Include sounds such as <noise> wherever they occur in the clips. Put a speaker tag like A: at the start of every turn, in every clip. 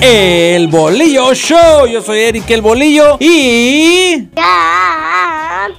A: El Bolillo Show. Yo soy Eric El Bolillo y...
B: Cantane.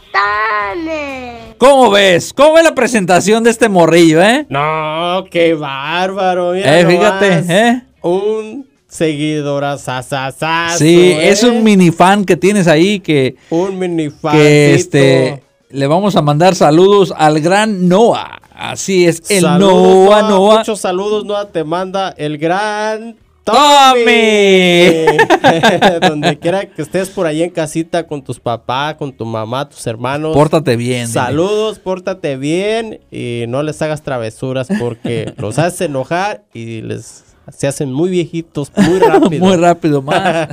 A: ¿Cómo ves? ¿Cómo ves la presentación de este morrillo, eh?
C: No, qué bárbaro. Mira
A: Eh, fíjate,
C: nomás.
A: eh.
C: Un seguidor sasasazo.
A: Sí, es
C: eh.
A: un minifan que tienes ahí que,
C: Un mini
A: que este, le vamos a mandar saludos al gran Noah. Así es, el Noah, Noah.
C: Muchos saludos, Noah. Te manda el gran.
A: Tommy.
C: Tommy. <laughs> Donde quiera que estés por ahí en casita con tus papás, con tu mamá, tus hermanos.
A: Pórtate bien. dile.
C: Saludos, pórtate bien y no les hagas travesuras
A: <laughs>
C: porque los haces enojar y les se hacen muy viejitos
A: <laughs>
C: muy rápido.
A: Muy rápido, más.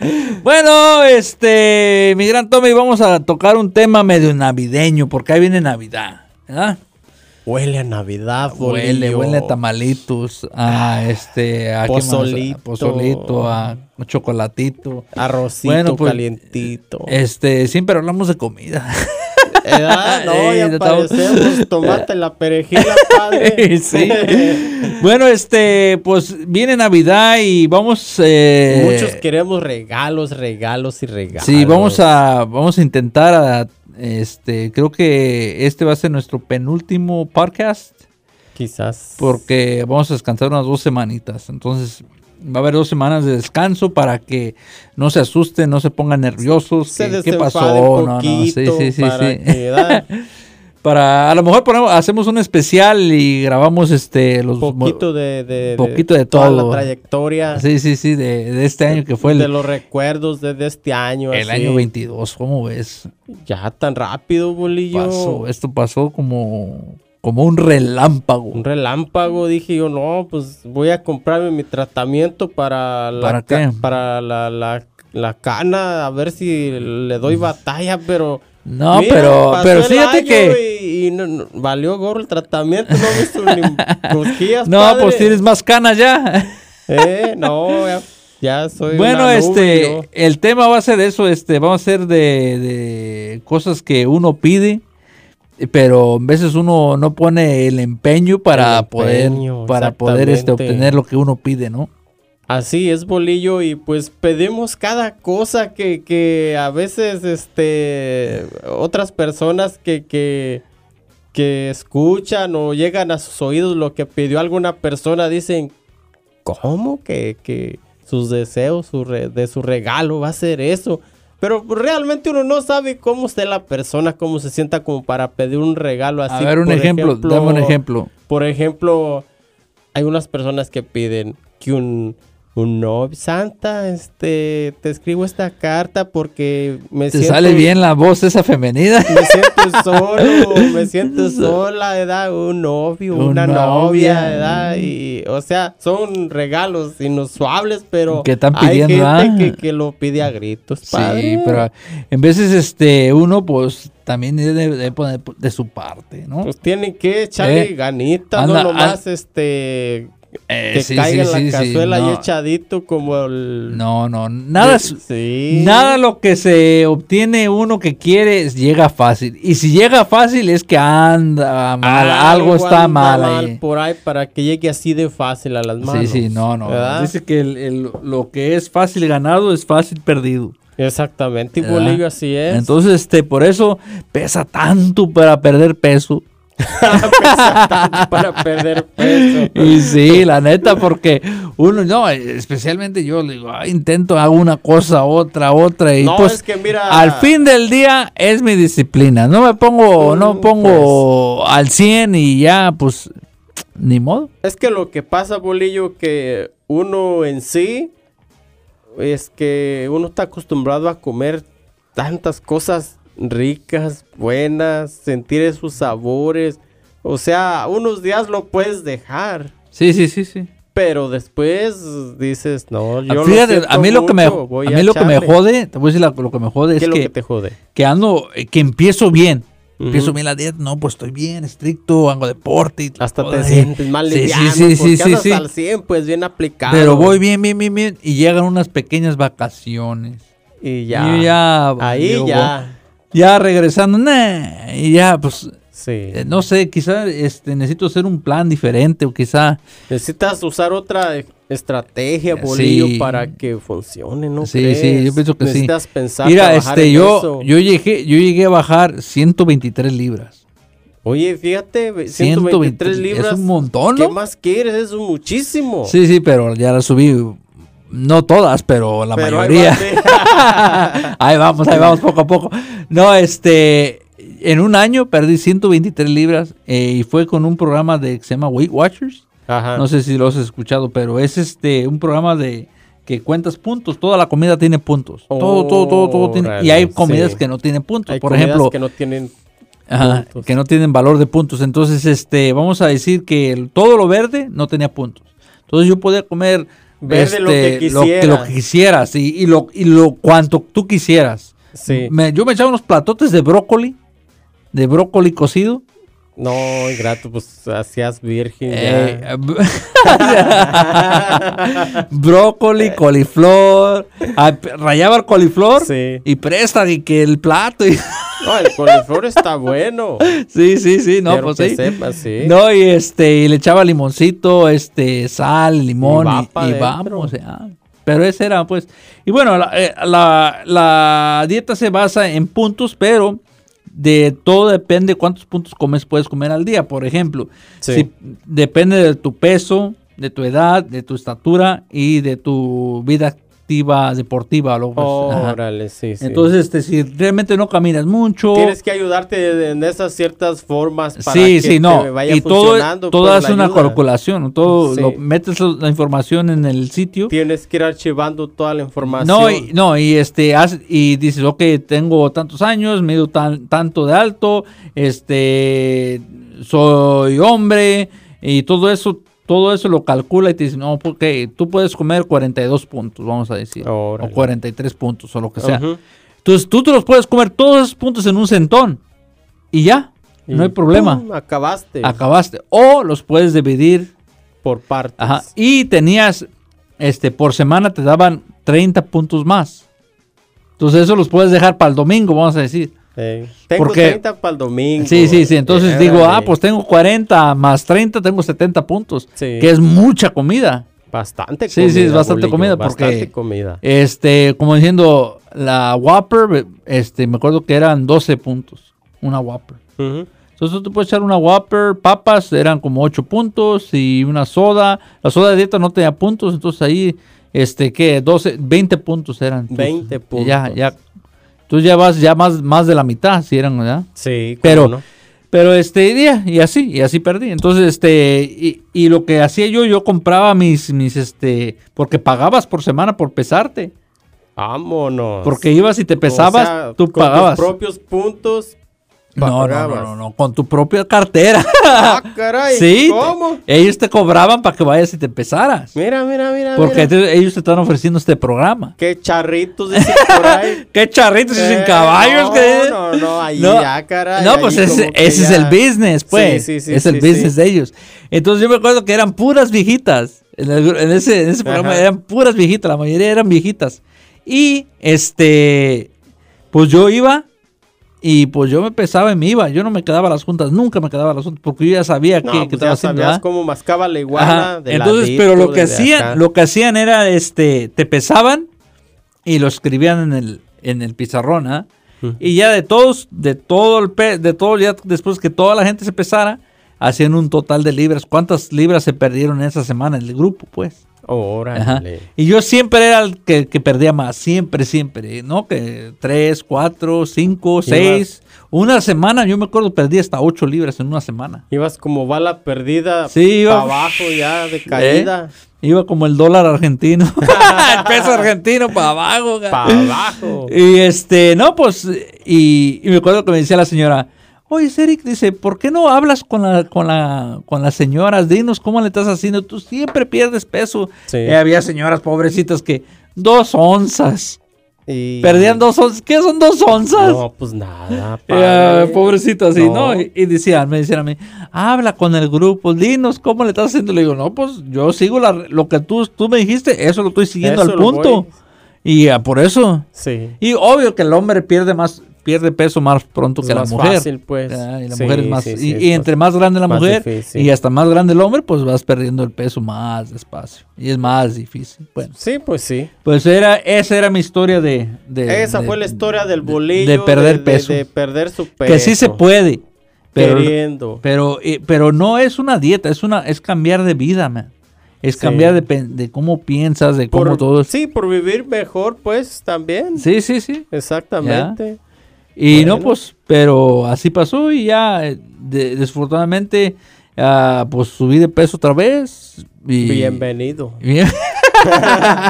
C: <laughs>
A: bueno, este, mi gran Tommy, vamos a tocar un tema medio navideño, porque ahí viene Navidad, ¿verdad?
C: Huele a Navidad,
A: Huele,
C: bolillo.
A: huele a tamalitos, a este, a, ¿qué más? A
C: Pozolito.
A: pozolito, a chocolatito.
C: Arrocito
A: Bueno, pues,
C: calientito.
A: Este, siempre hablamos de comida.
C: <laughs> Eh, ah,
A: <laughs>
C: no,
A: Sí,
C: ya
A: estamos- <laughs>
C: parecemos tomate la perejila, padre. <laughs>
A: sí. Bueno, este, pues viene Navidad y vamos. eh,
C: Muchos queremos regalos, regalos y regalos.
A: Sí, vamos a, vamos a intentar a, este, creo que este va a ser nuestro penúltimo podcast
C: Quizás.
A: porque vamos a descansar unas dos semanitas, entonces va a haber dos semanas de descanso para que no se asusten, no se pongan nerviosos,
C: se
A: que, ¿qué
C: desenfaden
A: pasó? No, no, sí,
C: poquito
A: sí, sí,
C: para
A: sí.
C: que,
A: <laughs>
C: ah, ¿verdad?
A: Para, a lo mejor ponemos- hacemos un especial y grabamos este los
C: poquito de, de, de
A: poquito de
C: toda
A: todo.
C: la trayectoria
A: sí, sí, sí, de, de este año que fue
C: de
A: el,
C: los recuerdos de, de este año
A: el
C: así.
A: año 22, ¿cómo ves?
C: ya tan rápido bolillo
A: Pasó, esto pasó como, como un relámpago.
C: un relámpago dije yo no pues voy a comprarme mi tratamiento para la
A: ¿Para
C: ca-
A: qué?
C: para la, la- la cana a ver si le doy batalla pero
A: No,
C: mira,
A: pero,
C: pasó
A: pero
C: el
A: fíjate
C: año
A: que.
C: y, y no- no, valió gorro el tratamiento no me
A: <laughs>
C: hizo ni cosquillas
A: No,
C: padre.
A: pues tienes más canas ya.
C: eh, no ya, ya soy
A: bueno,
C: una nube
A: este,
C: yo.
A: el tema va a ser eso, este, vamos a ser de, de cosas que uno pide, pero a veces uno no pone el empeño para
C: El
A: poder,
C: empeño,
A: para poder este,
C: exactamente.
A: obtener lo que uno pide, ¿no?
C: Así es, Bolillo, y pues pedimos cada cosa que, que a veces este, otras personas que, que, que escuchan o llegan a sus oídos lo que pidió alguna persona dicen, ¿cómo que, que sus deseos su re- de su regalo va a ser eso? Pero pues, realmente uno no sabe cómo está la persona, cómo se sienta como para pedir un regalo así.
A: a ver, un
C: por
A: ejemplo, dame un ejemplo.
C: por ejemplo, hay unas personas que piden que un, un novio, Santa, este, te escribo esta carta porque me
A: Te
C: siento...
A: sale bien la voz esa
C: <laughs>
A: femenina.
C: Me siento solo,
A: <laughs>
C: me siento sola, ¿verdad? Un novio,
A: Un
C: una
A: novia.
C: novia, ¿verdad? Y, o sea, son regalos inusuables, pero
A: Que están
C: hay
A: pidiendo,
C: gente
A: ¿ah?
C: que, que lo pide a gritos,
A: Sí,
C: padre.
A: pero en veces este uno pues también debe, debe poner de su parte, ¿no?
C: Pues tienen que echarle
A: Eh,
C: ganita,
A: anda,
C: no nomás,
A: an-
C: este...
A: Eh,
C: que
A: sí,
C: caiga
A: sí,
C: en la
A: sí, sí,
C: cazuela
A: no.
C: y echadito como el...
A: No, no, nada, es-
C: Sí.
A: nada lo que se obtiene uno que quiere es- llega fácil. Y si llega fácil es que anda mal, algo, está
C: anda
A: mal, ahí.
C: por ahí para que llegue así de fácil a las
A: Sí,
C: manos.
A: sí, no, no.
C: ¿verdad?
A: Dice que el- el- lo que es fácil ganado es fácil perdido.
C: Exactamente, y
A: ¿verdad?
C: Bolillo así es.
A: Entonces, este, por eso pesa tanto para perder peso.
C: <laughs> para
A: <laughs>
C: perder peso.
A: Y sí, la neta, porque uno, no, especialmente yo le digo, "Ay, intento, hago una cosa, otra, otra, y
C: No,
A: pues
C: es que mira-
A: al fin del día es mi disciplina, no me pongo, no
C: Mm,
A: pongo al 100 y ya, pues, ni modo.
C: Es que lo que pasa, Bolillo, que uno en sí es que uno está acostumbrado a comer tantas cosas ricas, buenas, sentir esos sabores. O sea, unos días lo puedes dejar.
A: Sí, sí, sí, sí.
C: Pero después dices, no, yo
A: Fíjate,
C: lo
A: a mí lo que me,
C: siento mucho,
A: a mí lo que me
C: voy echarle.
A: jode, te voy a decir la- lo que me jode
C: ¿Qué
A: es
C: es lo
A: que,
C: que te jode?
A: que ando, eh, que empiezo bien.
C: Ujú.
A: Empiezo bien la dieta, no, pues estoy bien, estricto, hago deporte. y
C: Hasta
A: todo,
C: te
A: eh.
C: sientes mal
A: Sí,
C: liviano,
A: sí, sí, sí,
C: porque
A: sí,
C: andas
A: sí.
C: al 100, pues bien aplicado.
A: Pero voy bien, bien, bien, bien. Y llegan unas pequeñas vacaciones.
C: Y
A: Y
C: ya.
A: yo ya
C: Ahí
A: digo,
C: ya.
A: Ya regresando. nah, y ya, pues,
C: Sí.
A: eh, no sé, quizá este, necesito hacer un plan diferente o quizá...
C: Necesitas usar otra eh, estrategia, bolillo,
A: Sí.
C: para que funcione, ¿no?
A: Sí, sí,
C: crees?
A: yo pienso que sí.
C: Necesitas pensar,
A: Mira,
C: trabajar
A: este,
C: en
A: yo,
C: eso.
A: yo, llegué, yo llegué a bajar 123 libras.
C: Oye, fíjate, ve-
A: 123
C: 123 libras.
A: Es un montón,
C: ¿Qué
A: ¿no?
C: más quieres? Es muchísimo.
A: Sí, sí, pero ya las subí. No todas, pero la
C: Pero ahí
A: mayoría.
C: va, ve.
A: <laughs> ahí vamos, ahí vamos, poco a poco. No, este, en un año perdí 123 libras eh, y fue con un programa de, que se llama Weight Watchers.
C: Ajá.
A: No sé si lo has escuchado, pero es este un programa de que cuentas puntos. Toda la comida tiene puntos. todo, todo, todo, todo tiene. Y hay
C: Órale,
A: comidas
C: sí.
A: que no tienen puntos.
C: Hay
A: Por
C: comidas
A: ejemplo,
C: que no tienen
A: Ajá,
C: puntos.
A: que no tienen valor de puntos. Entonces, este, vamos a decir que el- todo lo verde no tenía puntos. Entonces yo podía comer
C: Verde lo
A: este,
C: que
A: lo que- lo
C: quisiera.
A: que quisieras y, y lo, y lo cuanto tú quisieras.
C: Sí.
A: Me- yo me echaba unos platotes de brócoli, de brócoli cocido.
C: No, ingrato, pues hacías virgen. ya.
A: Eh, <laughs> brócoli, coliflor. Ah, p- Rayaba el coliflor
C: Sí.
A: y presta y que el plato. y- <laughs>
C: No, el coliflor está bueno.
A: sí, sí, sí, <laughs> no,
C: Quiero
A: pues
C: que
A: sí.
C: sepas, sí.
A: No, y este, y le echaba limoncito, este, sal, limón,
C: Y
A: y,
C: va pa'
A: y
C: dentro.
A: vamos. ya. Pero ese era, pues. Y bueno, la, eh, la- la dieta se basa en puntos, pero de todo depende cuántos puntos comes, puedes comer al día. Por ejemplo,
C: Sí.
A: si- depende de tu peso, de tu edad, de tu estatura y de tu vida activa, deportiva. Lo, pues, ajá.
C: Órale, sí, sí.
A: Entonces, este, si realmente no caminas mucho.
C: Tienes que ayudarte en esas ciertas formas para
A: Sí,
C: que
A: sí, no.
C: te vaya
A: y todo,
C: funcionando.
A: todo
C: pues,
A: es
C: la
A: una
C: ayuda.
A: calculación. Todo
C: Sí.
A: lo, metes lo- la información en el sitio.
C: Tienes que ir archivando toda la información.
A: No, y, no, y este haz- y dices, ok, tengo tantos años, mido tan, tanto de alto, este soy hombre, y todo eso, todo eso lo calcula y te dice, no, porque tú puedes comer 42 puntos, vamos a decir.
C: Oh, Órale.
A: O 43 puntos, o lo que sea.
C: Ujú.
A: Entonces tú te los puedes comer todos esos puntos en un centón. Y ya,
C: Y
A: no hay problema.
C: ¡pum! acabaste
A: Acabaste. O los puedes dividir.
C: por partes.
A: Ajá. Y tenías, este, por semana te daban 30 puntos más. Entonces eso los puedes dejar para el domingo, vamos a decir.
C: Ey. Tengo
A: Porque-
C: 30 para el domingo. eh,
A: Sí, sí, sí. Entonces digo, ah,
C: Órale.
A: pues tengo 40 más 30, tengo 70 puntos.
C: Sí.
A: Que es mucha comida.
C: Bastante
A: Sí, sí, es bastante comida, porque-
C: Bastante comida.
A: Este, como diciendo, la Whopper, este, me acuerdo que eran 12 puntos. Una Whopper.
C: Ujú.
A: Entonces tú te puedes echar una Whopper, papas, eran como 8 puntos y una soda. La soda de dieta no tenía puntos, entonces ahí, este, ¿qué? 12, 20 puntos eran. tus-
C: 20 puntos.
A: Ya, ya. Tú ya vas ya más, más de la mitad, si eran, ¿verdad?
C: Sí, cómo
A: Pero-
C: no.
A: Pero este día, y así, y así perdí. Entonces, este, y, y lo que hacía yo, yo compraba mis, mis, este, porque pagabas por semana por pesarte.
C: Vámonos.
A: Porque ibas y te pesabas,
C: O sea,
A: tú pagabas.
C: Con tus propios puntos.
A: No, no, no,
C: pagabas.
A: no, no, con tu propia cartera.
C: Ah, caray.
A: sí,
C: ¿Cómo?
A: te- ellos te cobraban para que vayas y te pesaras.
C: Mira, mira, mira.
A: Porque
C: Ah, mira.
A: te- ellos te están ofreciendo este programa.
C: Qué charritos dicen
A: <laughs>
C: por ahí.
A: ¡Qué charritos y sin
C: Eh,
A: caballos!
C: no,
A: que-
C: No, no, ahí
A: No.
C: ya, caray.
A: No,
C: ahí
A: pues ese,
C: como que
A: ese es
C: ya-
A: el business, pues.
C: Sí, sí, sí,
A: es el
C: sí,
A: business
C: sí.
A: de ellos. Entonces yo me acuerdo que eran puras viejitas. En, el- en ese, en ese programa
C: Ajá.
A: eran puras viejitas, la mayoría eran viejitas. Y este, pues yo iba y pues yo me pesaba y me iba. Yo no me quedaba a las juntas, nunca me quedaba a las juntas porque yo ya sabía
C: No,
A: que,
C: pues
A: estaba
C: ya
A: haciendo. ¿ah?
C: sabías
A: ¿verdad?
C: cómo mascaba la iguana.
A: Ajá.
C: de
A: Entonces,
C: ladito,
A: pero lo que
C: desde
A: hacían,
C: acá.
A: lo que hacían era este, te pesaban y lo escribían en el, en el pizarrón, ¿ah?
C: Ujú.
A: Y ya de todos, de todo el pe- de todo, ya después que toda la gente se pesara, hacían un total de libras. ¿Cuántas libras se perdieron en esa semana en el grupo, pues? Ajá.
C: Órale.
A: Y yo siempre era el que, que perdía más, siempre, siempre, ¿no? Que tres, cuatro, cinco, seis. Una semana, yo me acuerdo, perdí hasta ocho libras en una semana.
C: Ibas como bala perdida.
A: Sí, iba-
C: pa' abajo ya, de caída.
A: Iba como el dólar
C: <laughs>
A: argentino, el peso argentino para abajo. ga. <laughs>
C: Para abajo.
A: Y este, no, pues, y, y me acuerdo que me decía la señora, oye, Eric, dice, ¿por qué no hablas con, la, con, la, con las señoras? Dinos cómo le estás haciendo, tú siempre pierdes peso.
C: Sí.
A: Y había señoras pobrecitas que, dos onzas,
C: Y-
A: perdían dos onzas, ¿qué son dos onzas?
C: No, pues nada.
A: Eh,
C: padre.
A: pobrecito así, ¿no?
C: No.
A: Y, y decían, me decían a mí, habla con el grupo, dinos cómo le estás haciendo. Le digo, no, pues yo sigo la- lo que tú, tú me dijiste, eso lo estoy siguiendo
C: Eso
A: al
C: lo
A: punto.
C: voy.
A: Y ah, por eso.
C: Sí.
A: Y obvio que el hombre pierde más, pierde peso más pronto
C: Es
A: que la
C: más
A: mujer.
C: fácil, pues.
A: ¿verdad? Y la
C: Sí,
A: mujer es más.
C: sí,
A: y
C: sí, es
A: y entre más grande la
C: más
A: mujer
C: difícil.
A: y hasta más grande el hombre, pues vas perdiendo el peso más despacio. Y es más difícil. Bueno,
C: Sí, pues sí.
A: pues era, esa era mi historia de. de-
C: Esa
A: Eh, de-
C: fue la historia del
A: de-
C: bolillo.
A: De perder peso.
C: De, perder su peso.
A: que sí se puede. Pero,
C: Queriendo.
A: pero, eh, pero no es una dieta, es una, es cambiar de vida, man. Es
C: Sí.
A: cambiar de, pen- de cómo piensas, de cómo
C: Por-
A: todo es-
C: Sí, por vivir mejor, pues, también.
A: Sí, sí, sí.
C: Exactamente.
A: Y no,
C: Bueno.
A: pues, pero así pasó y ya, eh, de- desafortunadamente, ah, pues subí de peso otra vez. Y,
C: Bienvenido. <laughs>
A: Bien-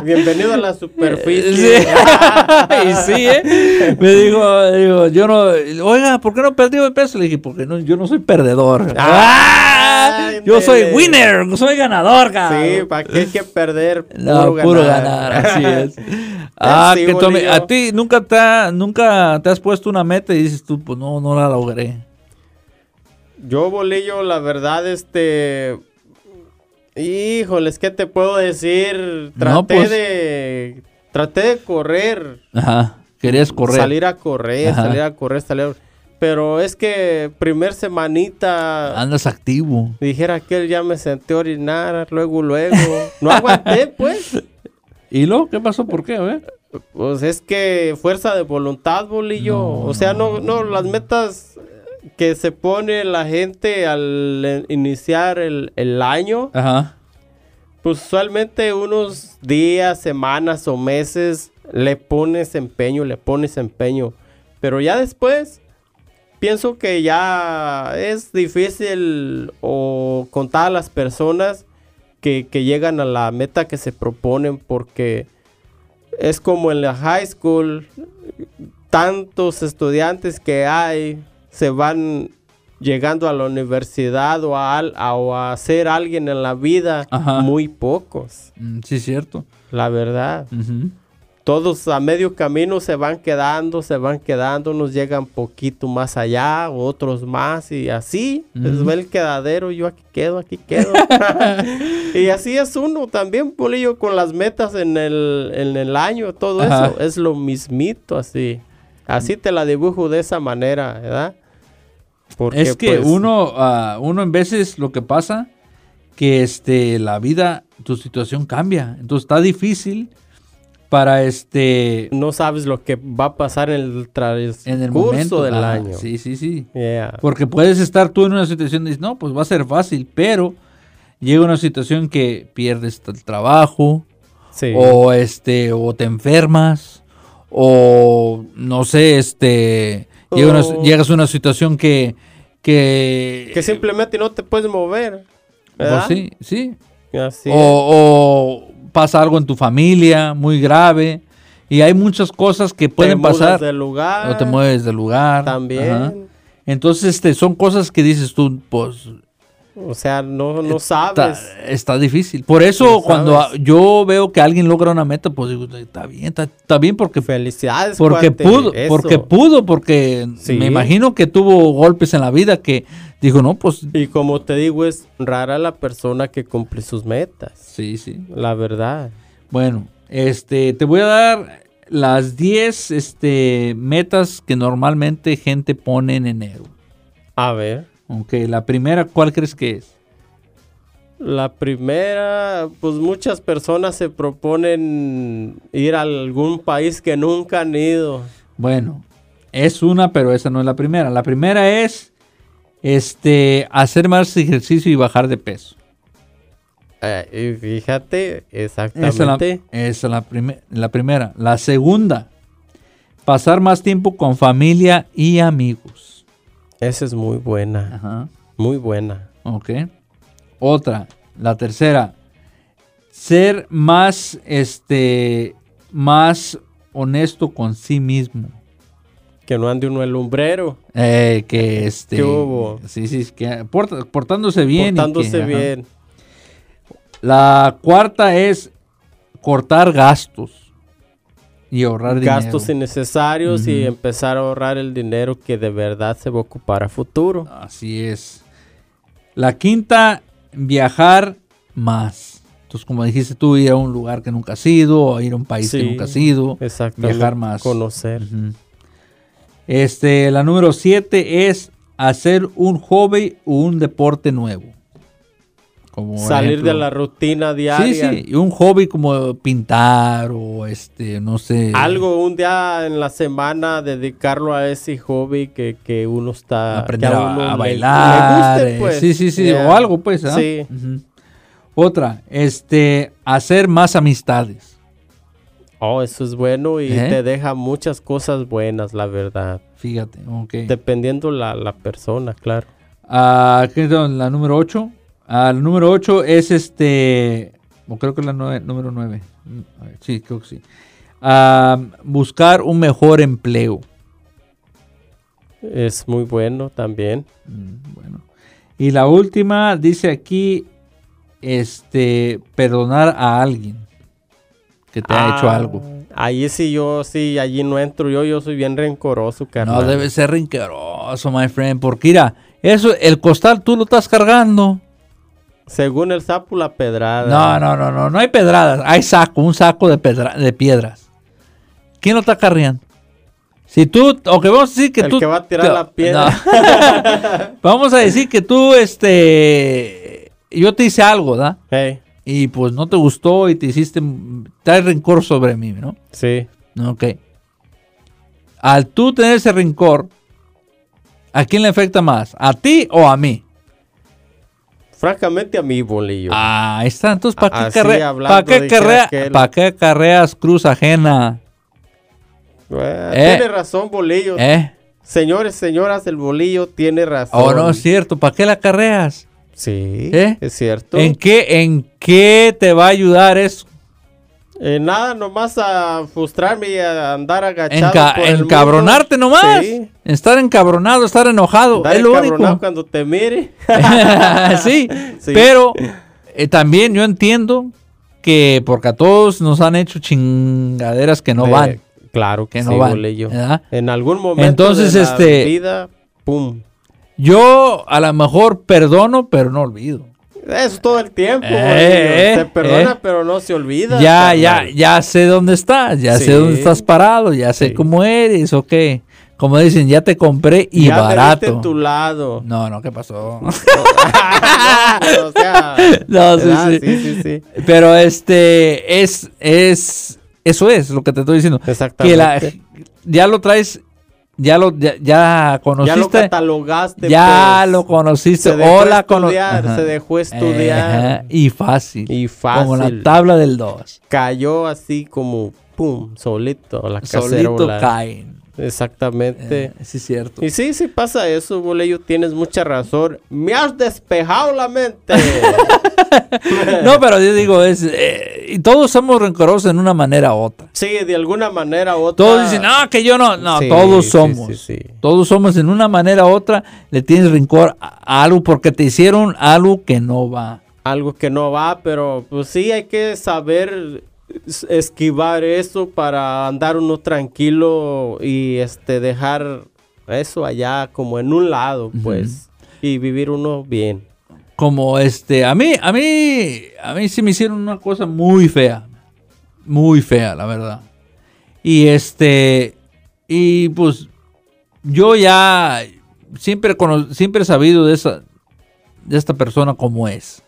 C: Bienvenido a
A: <laughs>
C: la
A: Pues Sí.
C: superficie. ah.
A: <laughs> y sí, ¿eh? Me dijo, digo, yo no, oiga, ¿por qué no perdí de peso? Le dije, porque no, yo no soy perdedor.
C: Ah,
A: ¡Ah! yo soy
C: ándele.
A: winner, soy ganador,
C: Sí,
A: cabrón.
C: ¿para qué hay que perder?
A: No, puro, ganar. así es. ah,
C: <laughs> sí,
A: que tome-
C: bolillo.
A: a ti nunca te, ha- nunca te has puesto una meta y dices tú, pues no, no la logré.
C: Yo, bolillo, la verdad, este. Híjoles, ¿qué te puedo decir? Traté
A: No, pues.
C: de. Traté de correr.
A: Ajá, querías correr.
C: Salir a correr,
A: Ajá.
C: salir a correr, salir a... Pero es que primer semanita,
A: Andas activo.
C: dijera que él ya me senté a orinar, luego, luego. No aguanté, pues.
A: ¿Y lo? ¿Qué pasó? ¿Por qué? A ver.
C: Pues es que fuerza de voluntad, bolillo.
A: No,
C: o sea, no, no, las metas que se pone la gente al eh, iniciar el, el año,
A: Ajá.
C: pues usualmente unos días, semanas o meses le pones empeño, le pones empeño. Pero ya después, pienso que ya es difícil o contar a las personas que, que llegan a la meta que se proponen porque es como en la high school, tantos estudiantes que hay se van llegando a la universidad o a, al- a- o a ser alguien en la vida,
A: Ajá.
C: muy pocos,
A: Mm, Sí, cierto.
C: la verdad.
A: Ujú.
C: Todos a medio camino se van quedando, se van quedando, unos llegan poquito más allá, otros más y así les
A: Ujú.
C: va el quedadero, yo aquí quedo,
A: <laughs>
C: aquí quedo. y así es uno también, Polillo, con las metas en el, en el año, todo
A: Ajá.
C: eso, es lo mismito así. Así te la dibujo de esa manera, ¿verdad? Porque,
A: Es que
C: pues,
A: uno, ah, uno en veces lo que pasa, que este, la vida, tu situación cambia. Entonces está difícil para este...
C: no sabes lo que va a pasar en el transcurso
A: En el momento
C: del
A: Ah,
C: año.
A: Sí, sí, sí.
C: Yeah.
A: Porque puedes estar tú en una situación y dices, no, pues va a ser fácil, pero llega una situación que pierdes t- el trabajo,
C: Sí.
A: o este o te enfermas o no sé este llega una-
C: O-
A: llegas a una situación que que,
C: Oh. Que simplemente no te puedes mover.
A: pues
C: ¿verdad?
A: sí sí
C: Así
A: o, o pasa algo en tu familia muy grave y hay muchas cosas que
C: es.
A: pueden
C: te mudas
A: pasar
C: del lugar.
A: o te mueves del lugar
C: También.
A: ajá. entonces este son cosas que dices tú pues
C: O sea, no, no
A: Está,
C: sabes.
A: está difícil. Por eso,
C: Lo
A: cuando
C: Ah, pues, sabes.
A: a- yo veo que alguien logra una meta, pues digo, está bien, está, está bien porque
C: Felicidades.
A: Porque
C: cuate,
A: pudo,
C: eso.
A: porque pudo, porque
C: Sí.
A: me imagino que tuvo golpes en la vida que dijo, no, pues
C: Y como te digo, es rara la persona que cumple sus metas.
A: sí, sí.
C: La verdad.
A: Bueno, este, te voy a dar las 10 este, metas que normalmente gente pone en enero.
C: A ver.
A: Ok, la primera, ¿cuál crees que es?
C: La primera, pues muchas personas se proponen ir a algún país que nunca han ido.
A: Bueno, es una, pero esa no es la primera. La primera es este, hacer más ejercicio y bajar de peso.
C: Eh, y fíjate,
A: Esa es la,
C: exactamente.
A: esa es la, prime- la primera. La segunda, pasar más tiempo con familia y amigos.
C: Esa es muy buena.
A: Ajá.
C: Muy buena.
A: Ok. Otra, la tercera, ser más, este, más honesto con sí mismo.
C: Que no ande uno el lumbrero.
A: Eh, que este.
C: ¿Qué hubo?
A: Sí, sí, que porta- portándose bien. y
C: portándose
A: que- ajá.
C: bien.
A: La cuarta es cortar gastos y ahorrar
C: Gastos
A: dinero.
C: innecesarios y
A: Ujú.
C: empezar a ahorrar el dinero que de verdad se va a ocupar a futuro.
A: Así es. La quinta, viajar más. Entonces, como dijiste tú, ir a un lugar que nunca has ido, o ir a un país
C: Sí,
A: que nunca has ido.
C: Exactamente.
A: Viajar más.
C: Conocer.
A: Ujú. Este, la número 7 es hacer un hobby o un deporte nuevo.
C: Como Salir ejemplo, de la rutina diaria.
A: Sí, sí, un hobby como pintar o este, no sé.
C: Algo un día en la semana dedicarlo a ese hobby que, que uno está...
A: Aprender
C: que
A: a, a, bailar. Le guste, pues. Sí, sí, sí, yeah. o algo pues. ¿ah? Sí. Uh -huh. Otra, este, hacer más amistades.
C: Oh, eso es bueno y ¿Eh? te deja muchas cosas buenas, la verdad.
A: Fíjate, ok.
C: Dependiendo la, la persona, claro.
A: Ah, ¿qué es la número 8? Ah, la número 8 es este, o creo que la nueve, número 9. Sí, creo que sí. Ah, buscar un mejor empleo.
C: Es muy bueno también.
A: Mm, bueno. Y la última dice aquí este perdonar a alguien que te ah, ha hecho algo.
C: Ahí sí yo sí allí no entro yo, yo soy bien rencoroso, carnal.
A: No debe ser rencoroso, my friend, porque mira, eso el costal tú lo estás cargando.
C: Según el sapo la pedrada.
A: No, no, no, no, no hay pedradas, hay saco, un saco de, pedra, de piedras. ¿Quién lo está cargando? Si tú, o que vamos a decir que
C: el
A: tú.
C: que va a tirar
A: te,
C: la piedra. <laughs>
A: No. vamos a decir que tú, este yo te hice algo, ¿da?
C: Hey.
A: Y pues no te gustó y te hiciste, trae rencor sobre mí, ¿no?
C: Sí.
A: Ok. Al tú tener ese rencor, ¿a quién le afecta más? ¿A ti o a mí?
C: Francamente a mí, bolillo.
A: Ah, ahí está. Entonces, ¿para qué, carrea, ¿para qué, carrea, ¿pa qué carreas cruz ajena?
C: Bueno, eh. Tiene razón, bolillo.
A: Eh.
C: Señores, señoras, el bolillo tiene razón.
A: Oh, no es cierto. ¿Para qué la carreas?
C: Sí, ¿Eh? es cierto.
A: ¿En qué, ¿En qué te va a ayudar eso?
C: Eh, nada, nomás a frustrarme y a andar agachado.
A: Enca por encabronarte el mundo. nomás. Sí. Estar encabronado, estar enojado. Andar es lo <laughs> único.
C: cuando te mire.
A: <laughs> sí, sí, pero eh, también yo entiendo que porque a todos nos han hecho chingaderas que no van.
C: Claro que,
A: que
C: sí,
A: no van.
C: Bolillo. En algún momento
A: Entonces,
C: de la
A: este,
C: vida, pum.
A: Yo a lo mejor perdono, pero no olvido.
C: Eso todo el tiempo. Eh, eh, se perdona, eh. pero no se olvida.
A: Ya, ya, ya sé dónde estás, ya
C: Sí.
A: sé dónde estás parado, ya sé
C: Sí.
A: cómo eres, ok. Como dicen, ya te compré y
C: ya me diste
A: barato.
C: en
A: <laughs>
C: tu lado.
A: No, no, ¿qué pasó?
C: <laughs> No, o sea,
A: No, sí,
C: ¿verdad?
A: sí.
C: sí, sí.
A: Pero este es, es, eso es lo que te estoy diciendo. Que la,
C: Exactamente.
A: ya lo traes, ya lo, ya, ya
C: ya lo
A: conociste.
C: catalogaste.
A: Ya
C: pues.
A: lo conociste
C: Se dejó
A: o la cono-
C: estudiar,
A: Ajá.
C: se dejó
A: Ajá,
C: estudiar.
A: Y fácil.
C: Y fácil.
A: Como la tabla del 2.
C: Cayó así como pum, solito a la
A: Solito
C: cacerola.
A: caen.
C: Exactamente.
A: Eh, sí, es cierto.
C: Y sí, sí pasa eso, Boleyo, tienes mucha razón. Me has despejado
A: <laughs>
C: la mente.
A: No, pero yo digo, es. eh, y todos somos rencorosos en una manera u otra.
C: sí, de alguna manera u otra.
A: Todos dicen, "Ah". no, que yo no. No,
C: Ah. Sí,
A: todos
C: sí,
A: somos.
C: sí, sí.
A: Todos somos en una manera u otra. Le tienes rencor a, a algo porque te hicieron algo que no va.
C: Algo que no va, pero pues sí hay que saber es- esquivar eso para andar uno tranquilo y este dejar eso allá como en un lado, pues, y vivir uno bien.
A: Como este. A mí, a mí. A mí sí me hicieron una cosa muy fea. Muy fea, la verdad. Y este. Y pues. Yo ya. Siempre, cono- siempre he sabido de esa. De esta persona como es.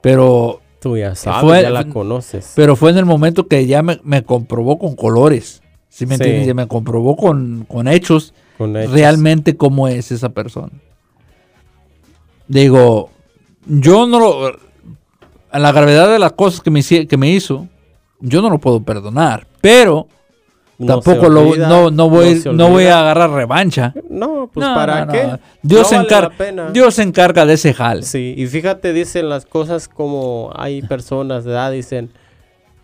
A: Pero
C: Tú ya sabes,
A: Fue-
C: ya la
A: fue-
C: conoces.
A: Pero fue en el momento que ya me, me comprobó con colores. ¿Sí me
C: Sí.
A: entiendes? Ya me comprobó con, con hechos,
C: con hechos.
A: realmente cómo es esa persona. Digo, yo no lo. A la gravedad de las cosas que me, hici- que me hizo, yo no lo puedo perdonar. Pero
C: No
A: tampoco
C: se
A: lo,
C: olvida,
A: no, no voy,
C: se
A: no voy
C: olvida.
A: a agarrar revancha.
C: No, pues
A: No,
C: para
A: no, no.
C: qué.
A: Dios,
C: No
A: se
C: vale
A: encarga,
C: la pena.
A: Dios se encarga de ese jal.
C: Sí, y fíjate, dicen las cosas como
A: <laughs>
C: hay personas, ¿verdad? Dicen,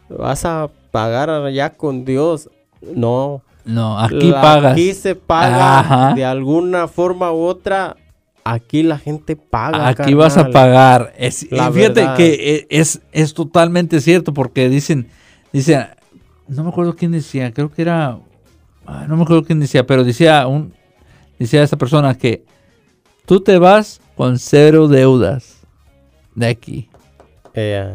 C: vas a pagar allá con Dios. No.
A: No, aquí
C: la-
A: pagas.
C: Aquí se paga
A: Ajá.
C: de alguna forma u otra. Aquí la gente paga.
A: Aquí vas a
C: carnal.
A: pagar. Es,
C: La
A: y fíjate
C: verdad.
A: que e- es, es totalmente cierto porque dicen, dicen, no me acuerdo quién decía, creo que era, ah, no me acuerdo quién decía, pero decía un, decía esa persona que tú te vas con cero deudas de aquí.
C: Eh,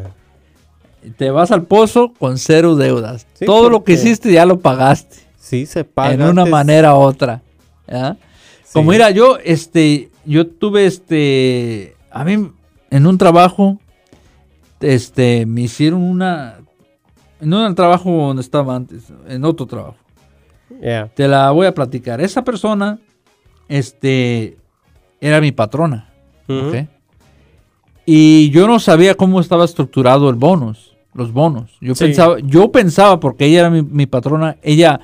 A: Te vas al pozo con cero deudas.
C: Sí,
A: Todo lo que
C: porque-
A: hiciste ya lo pagaste.
C: sí, se paga.
A: en una
C: antes.
A: manera u otra. ¿verdad? Como mira, yo, este, yo tuve, este, a mí en un trabajo, este, me hicieron una, no en el trabajo donde estaba antes, en otro trabajo.
C: Yeah.
A: Te la voy a platicar. Esa persona, este, era mi patrona.
C: Ujú.
A: ¿ok? Y yo no sabía cómo estaba estructurado el bonus, los bonos. Yo
C: Sí.
A: pensaba, yo pensaba porque ella era mi, mi patrona, ella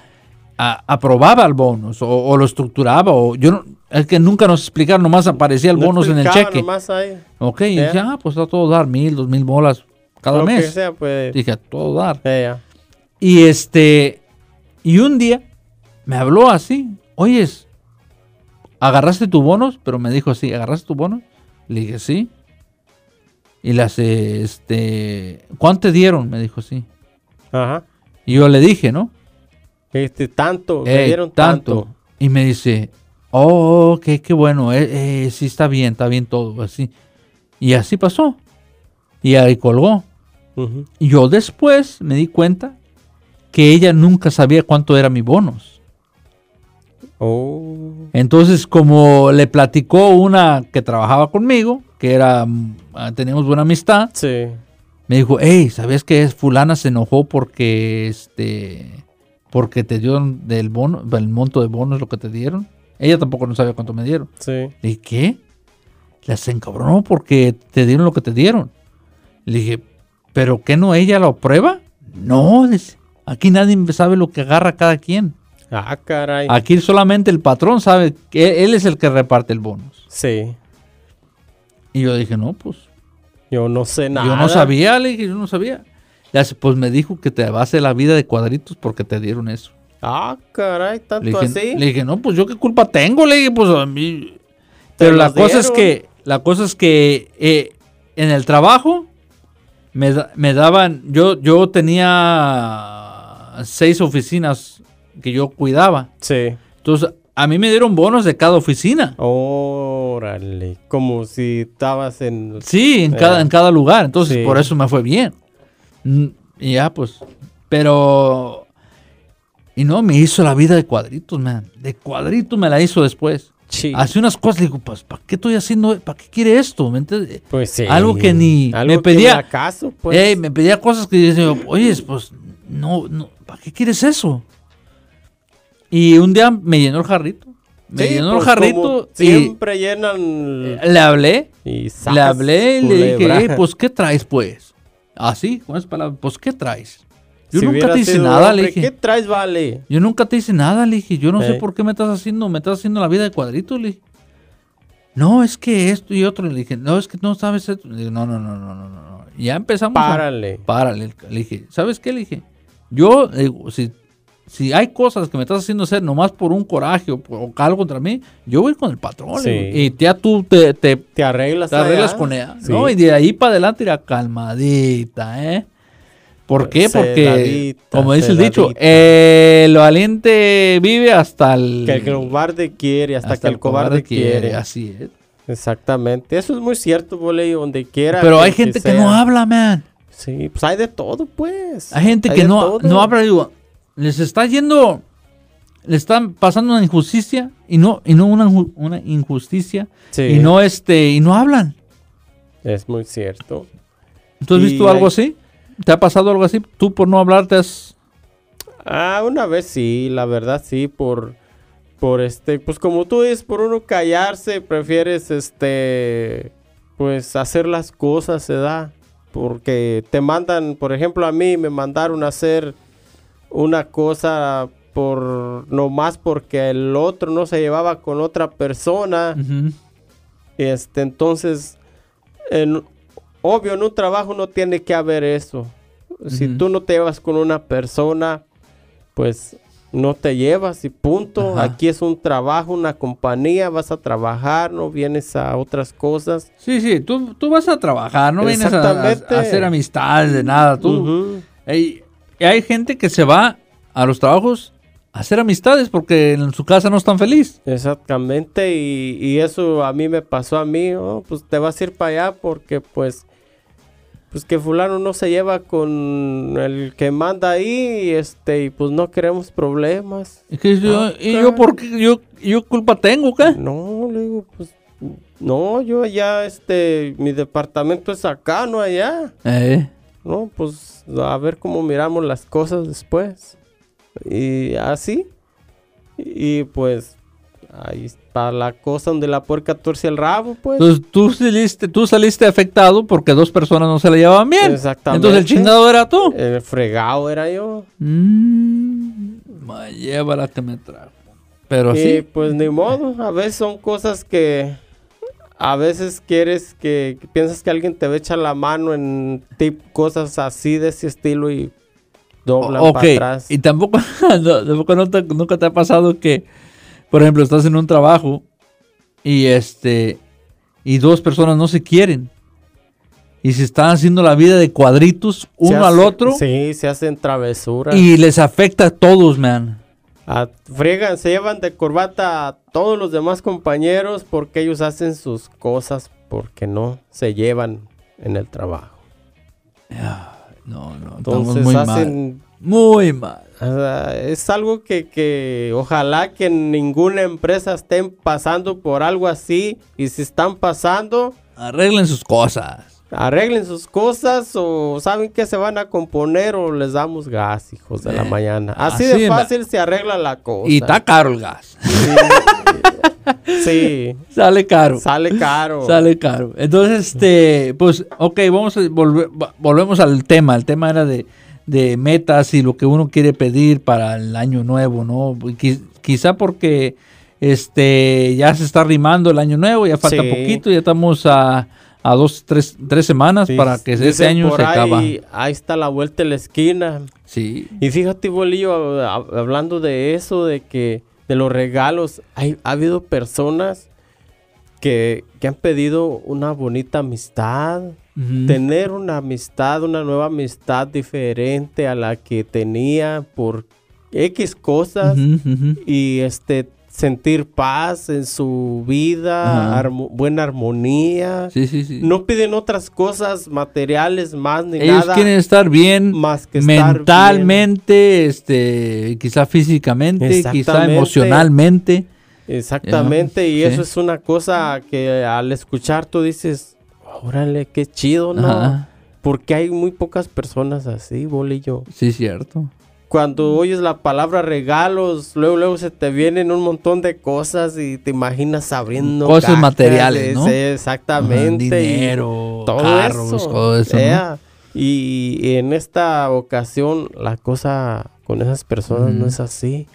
A: a- aprobaba el bonus o, o lo estructuraba o yo no, es que nunca nos explicaron, nomás aparecía el
C: No
A: bonus en el
C: explicaba
A: cheque.
C: nomás ahí.
A: Ok, y
C: Ya.
A: dije, ah, pues a todo dar mil, dos mil bolas cada
C: Lo que
A: mes.
C: sea, pues.
A: Dije, a todo dar.
C: Yeah, yeah.
A: Y este, y un día me habló así, oyes, ¿agarraste tu bonos? Pero me dijo así, ¿agarraste tu bonos? Le dije, sí. Y le hace, este, ¿cuánto te dieron? Me dijo, sí.
C: Ajá.
A: Y yo le dije, ¿no?
C: Este, tanto, me
A: "Ey,
C: dieron tanto.
A: Y me dice, oh, qué, qué bueno, eh, eh, sí está bien, está bien todo, así. Y así pasó. Y ahí colgó.
C: Ujú.
A: Y yo después me di cuenta que ella nunca sabía cuánto era mi bonos.
C: Oh.
A: Entonces, como le platicó una que trabajaba conmigo, que era, mm, ah, teníamos buena amistad,
C: Sí.
A: me dijo, hey, ¿sabías que es fulana se enojó porque, este, porque te dieron del bono, el monto de bonos lo que te dieron? Ella tampoco no sabía cuánto me dieron.
C: Sí.
A: Le dije, ¿qué? La se encabronó porque te dieron lo que te dieron. Le dije, ¿pero qué no ella lo prueba? No, dice, aquí nadie sabe lo que agarra cada quien.
C: Ah, caray.
A: Aquí solamente el patrón sabe que e, él es el que reparte el bonus.
C: Sí.
A: Y yo dije, no, pues
C: Yo no sé nada.
A: yo no sabía, le dije, yo no sabía. Le hace, pues me dijo que te va a hacer la vida de cuadritos porque te dieron eso.
C: Ah, caray, tanto
A: Le dije,
C: así.
A: le dije, no, pues yo qué culpa tengo, le dije, pues a mí.
C: Te
A: Pero la
C: los
A: cosa es
C: dieron.
A: que, la cosa es que eh, en el trabajo me, da- me daban, yo, yo tenía seis oficinas que yo cuidaba.
C: Sí.
A: Entonces, a mí me dieron bonos de cada oficina.
C: Órale. Como si estabas en.
A: Sí, en
C: Eh.
A: cada, en cada lugar. Entonces,
C: Sí.
A: por eso me fue bien. Mm, Y ya, pues. Pero. Y no, me hizo la vida de cuadritos, man. De cuadritos me la hizo después.
C: Sí.
A: Hace unas cosas, digo, pues, ¿para qué estoy haciendo? ¿Para qué quiere esto? ¿Me entiendes?
C: Pues sí.
A: Algo que ni-
C: Algo
A: me pedía-
C: Que ni acaso, pues.
A: Ey, me pedía cosas que decía, oye, pues, no, no, ¿para qué quieres eso? Y un día me llenó el jarrito. Me
C: Sí,
A: llenó
C: pues,
A: el jarrito
C: como
A: y
C: Siempre llenan.
A: eh, le hablé.
C: y
A: le
C: sacas
A: hablé y le dije,
C: culebra.
A: "Ey, pues,
C: <laughs>
A: ¿qué traes, pues? Así, con esas palabras, pues, ¿qué traes? Yo
C: Si
A: nunca
C: hubiera
A: te hice
C: sido
A: nada, le
C: hombre,
A: dije.
C: ¿Qué traes, vale?
A: Yo nunca te hice nada, le dije. Yo no sé
C: Ey.
A: por qué me estás haciendo, me estás haciendo la vida de cuadritos, le dije. No, es que esto y otro. Le dije, no, es que no sabes esto. Le dije, no, no, no, no, no, no. no. Y Ya empezamos. a-
C: Párale.
A: párale. Le dije, ¿sabes qué? Le dije, yo, le digo, si, si hay cosas que me estás haciendo hacer nomás por un coraje o, por- o algo contra mí, yo voy con el patrón. le digo,
C: Sí.
A: Y ya tú te, te- te
C: Te arreglas.
A: arreglas
C: allá.
A: con ella.
C: Sí.
A: ¿no? Y de ahí para adelante irá calmadita, ¿eh? ¿Por qué? Porque,
C: Sedadita,
A: como dice el dicho,
C: sedadita.
A: eh, el valiente vive hasta el...
C: Que el cobarde quiere, hasta, que el cobarde quiere.
A: Así es.
C: Exactamente. Eso es muy cierto, vole, donde quiera.
A: Pero hay gente que no
C: sea.
A: habla, man.
C: Sí, pues hay de todo, pues.
A: Hay gente que
C: de
A: no,
C: todo.
A: no habla, digo, les está yendo, le están pasando una injusticia y no, y no una, inju- una injusticia
C: Sí,
A: y no este, y no hablan.
C: Es muy cierto.
A: ¿Tú has
C: Y
A: visto algo
C: hay-
A: así? ¿Te ha pasado algo así? Tú por no hablar te has...
C: Ah, una vez sí, la verdad sí, por. Por este. Pues como tú dices, por uno callarse, prefieres este. Pues hacer las cosas, se da. Porque te mandan, por ejemplo, a mí me mandaron a hacer una cosa por nomás porque el otro no se llevaba con otra persona.
A: Ujú.
C: Este, entonces, en- obvio, en un trabajo no tiene que haber eso. Si
A: Ujú.
C: tú no te llevas con una persona, pues no te llevas y punto.
A: Ajá.
C: Aquí es un trabajo, una compañía, vas a trabajar, no vienes a otras cosas.
A: Sí, sí, tú, tú vas a trabajar, no vienes a- a,
C: Exactamente.
A: a hacer amistades de nada. Tú,
C: Ujú.
A: Ey, y hay gente que se va a los trabajos a hacer amistades porque en su casa no están feliz.
C: Exactamente, y, y eso a mí me pasó a mí, oh, pues te vas a ir para allá porque pues pues que fulano no se lleva con el que manda ahí, este, y pues no queremos problemas.
A: Es que yo,
C: Ah,
A: ¿Y
C: ok.
A: yo por qué? ¿Yo, yo culpa tengo, qué?
C: No, le digo, pues, no, yo allá, este, mi departamento es acá, no allá.
A: Eh,
C: No, pues, a ver cómo miramos las cosas después. Y así. Y pues, ahí está la cosa donde la puerca torce el rabo, pues.
A: Entonces tú saliste, tú saliste afectado porque dos personas no se la llevaban bien.
C: Exactamente.
A: Entonces el chingado era tú.
C: El fregado era yo.
A: Mm, ma, lleva la que me trajo. Pero
C: Y
A: sí.
C: pues ni modo, a veces son cosas que a veces quieres que, que piensas que alguien te va a echar la mano en tip, cosas así de ese estilo y doblan
A: O-
C: para
A: ok.
C: atrás.
A: Y tampoco, <laughs> no- tampoco no te- nunca te ha pasado que, por ejemplo, estás en un trabajo y este y dos personas no se quieren. Y se están haciendo la vida de cuadritos
C: Se
A: uno al
C: hace-
A: otro
C: Sí, se hacen travesuras.
A: y les afecta a todos, man.
C: A- friegan, se llevan de corbata a todos los demás compañeros porque ellos hacen sus cosas porque no se llevan en el trabajo.
A: No, no, estamos
C: Entonces
A: muy mal.
C: hacen
A: Muy mal.
C: O sea, es algo que, que ojalá que ninguna empresa estén pasando por algo así. Y si están pasando,
A: Arreglen sus cosas.
C: arreglen sus cosas o saben que se van a componer o les damos gas, hijos de la
A: Eh,
C: mañana. Así,
A: así
C: de
A: es la-
C: fácil se arregla la cosa.
A: y está caro el gas. <laughs>
C: Sí,
A: Sale caro.
C: sale caro.
A: Sale caro. Entonces, este, pues, ok, vamos a volver- va- volvemos al tema. El tema era de, de metas y lo que uno quiere pedir para el año nuevo, ¿no? Qui- quizá porque este ya se está rimando el año nuevo, ya falta
C: Sí.
A: poquito, ya estamos a, a dos, tres, tres semanas
C: Sí,
A: para que ese
C: dicen
A: año
C: por
A: se
C: ahí,
A: acaba.
C: Ahí está la vuelta de la esquina.
A: Sí.
C: Y fíjate, Bolillo, hab- hab- hablando de eso, de que de los regalos, hay, ha habido personas que, que han pedido una bonita amistad,
A: Ujú.
C: tener una amistad, una nueva amistad diferente a la que tenía por X cosas
A: Ujú, ujú.
C: y este sentir paz en su vida,
A: Ajá.
C: armo- buena armonía.
A: Sí, sí, sí.
C: No piden otras cosas materiales más ni
A: Ellos
C: nada
A: quieren estar bien
C: más que estar bien.
A: mentalmente, este, quizá físicamente, quizá
C: Exactamente.
A: emocionalmente.
C: Exactamente, y
A: sí.
C: eso es una cosa que al escuchar tú dices, órale, qué chido, ¿no?
A: Ajá,
C: Porque hay muy pocas personas así, bolillo.
A: sí, cierto.
C: Cuando oyes la palabra regalos, luego luego se te vienen un montón de cosas y te imaginas abriendo
A: Cosas
C: cajas,
A: materiales,
C: es-
A: ¿no?
C: es- Exactamente.
A: Ajá,
C: y
A: Dinero,
C: todo
A: carros,
C: eso.
A: todo eso. ¿no?
C: ea. Y y en esta ocasión la cosa con esas personas no
A: Ujú.
C: es así.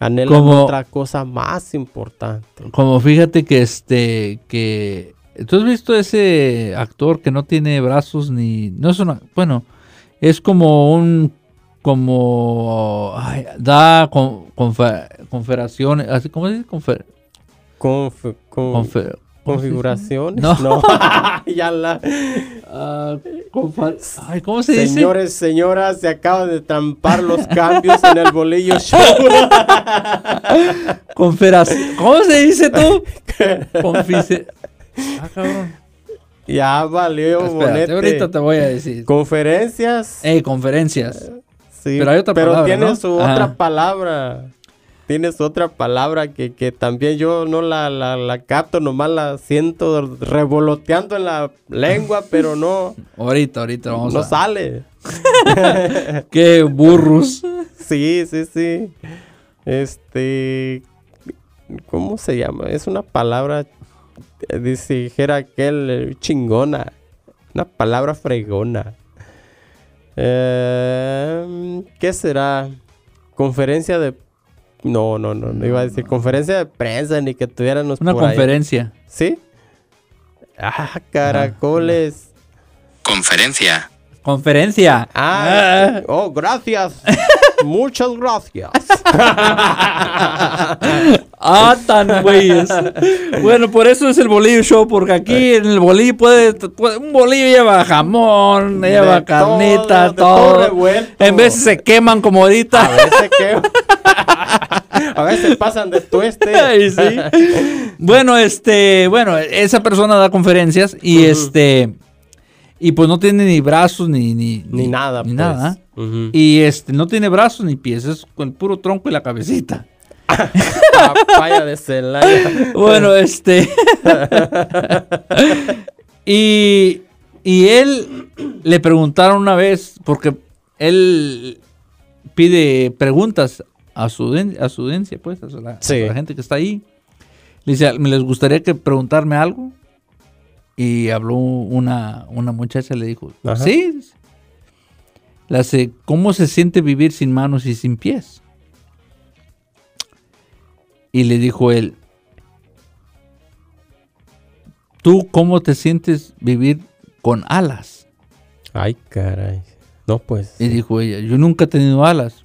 C: Anhelan
A: Como-
C: otra cosa más importante.
A: Como fíjate que este, que tú has visto ese actor que no tiene brazos ni, no es una, bueno, es como un, como, ay, da con, confer- conferaciones, así, ¿cómo se dice? Confer-
C: Conf- con-
A: confer- ¿cómo se dice?
C: configuraciones.
A: No. <laughs>
C: ya <laughs> la.
A: Ah, compa- Ay, ¿cómo se dice?
C: Señores, señoras, se acaban de trampar los cambios en el bolillo show.
A: <laughs> Conferación. ¿Cómo se dice <laughs> tú? Confice. Ah, cabrón.
C: ya valió,
A: Espérate,
C: bonete.
A: ahorita te voy a decir.
C: Conferencias.
A: Eh, conferencias.
C: sí,
A: pero hay otra palabra,
C: tiene
A: ¿no?
C: su
A: Ajá.
C: otra palabra. Tiene su otra palabra que, que también yo no la, la, la capto, nomás la siento revoloteando en la lengua, pero no,
A: Ahorita, ahorita vamos
C: no
A: a.
C: sale.
A: Qué burros.
C: Sí, sí, sí. Este. ¿Cómo se llama? Es una palabra. eh, dice- Dijera aquel eh, chingona. Una palabra fregona. Eh, ¿Qué será? Conferencia de. No, no, no, no iba a decir conferencia de prensa ni que tuviéramos
A: Una
C: por ahí.
A: conferencia.
C: ¿Sí? Ah, caracoles.
B: Conferencia.
A: Conferencia. <laughs>
C: Ah, oh, <laughs> gracias. Muchas gracias.
A: Ah, tan güeyes. Bueno, por eso es el bolillo show, porque
C: Eh.
A: aquí en el bolillo puede, puede- un bolillo lleva jamón,
C: De
A: lleva
C: todo,
A: carnita,
C: de todo
A: todo.
C: revuelto.
A: en veces se queman como ahorita.
C: A veces que. <laughs> A veces pasan
A: <laughs>
C: de tueste.
A: Ay, sí. Bueno, este, bueno, esa persona da conferencias y
C: Ujú.
A: este Y pues no tiene ni brazos ni, ni,
C: Ni nada,
A: Ni
C: pues.
A: nada. ¿eh?
C: Ujú.
A: Y este, no tiene brazos ni pies, es con el puro tronco y la
C: <laughs>
A: cabecita.
C: Papaya de Celaya.
A: Bueno, este. <laughs> y, y él le preguntaron una vez, porque él pide preguntas a su, auden- a su audiencia, pues, a la, a
C: Sí.
A: la gente que está ahí. Le dice, ¿me les gustaría que preguntarme algo? Y habló una, una muchacha, le dijo,
C: Ajá.
A: sí. Le hace, ¿cómo se siente vivir sin manos y sin pies? Y le dijo él, ¿tú cómo te sientes vivir con alas?
C: Ay, caray. No, pues.
A: Y dijo ella, yo nunca he tenido alas,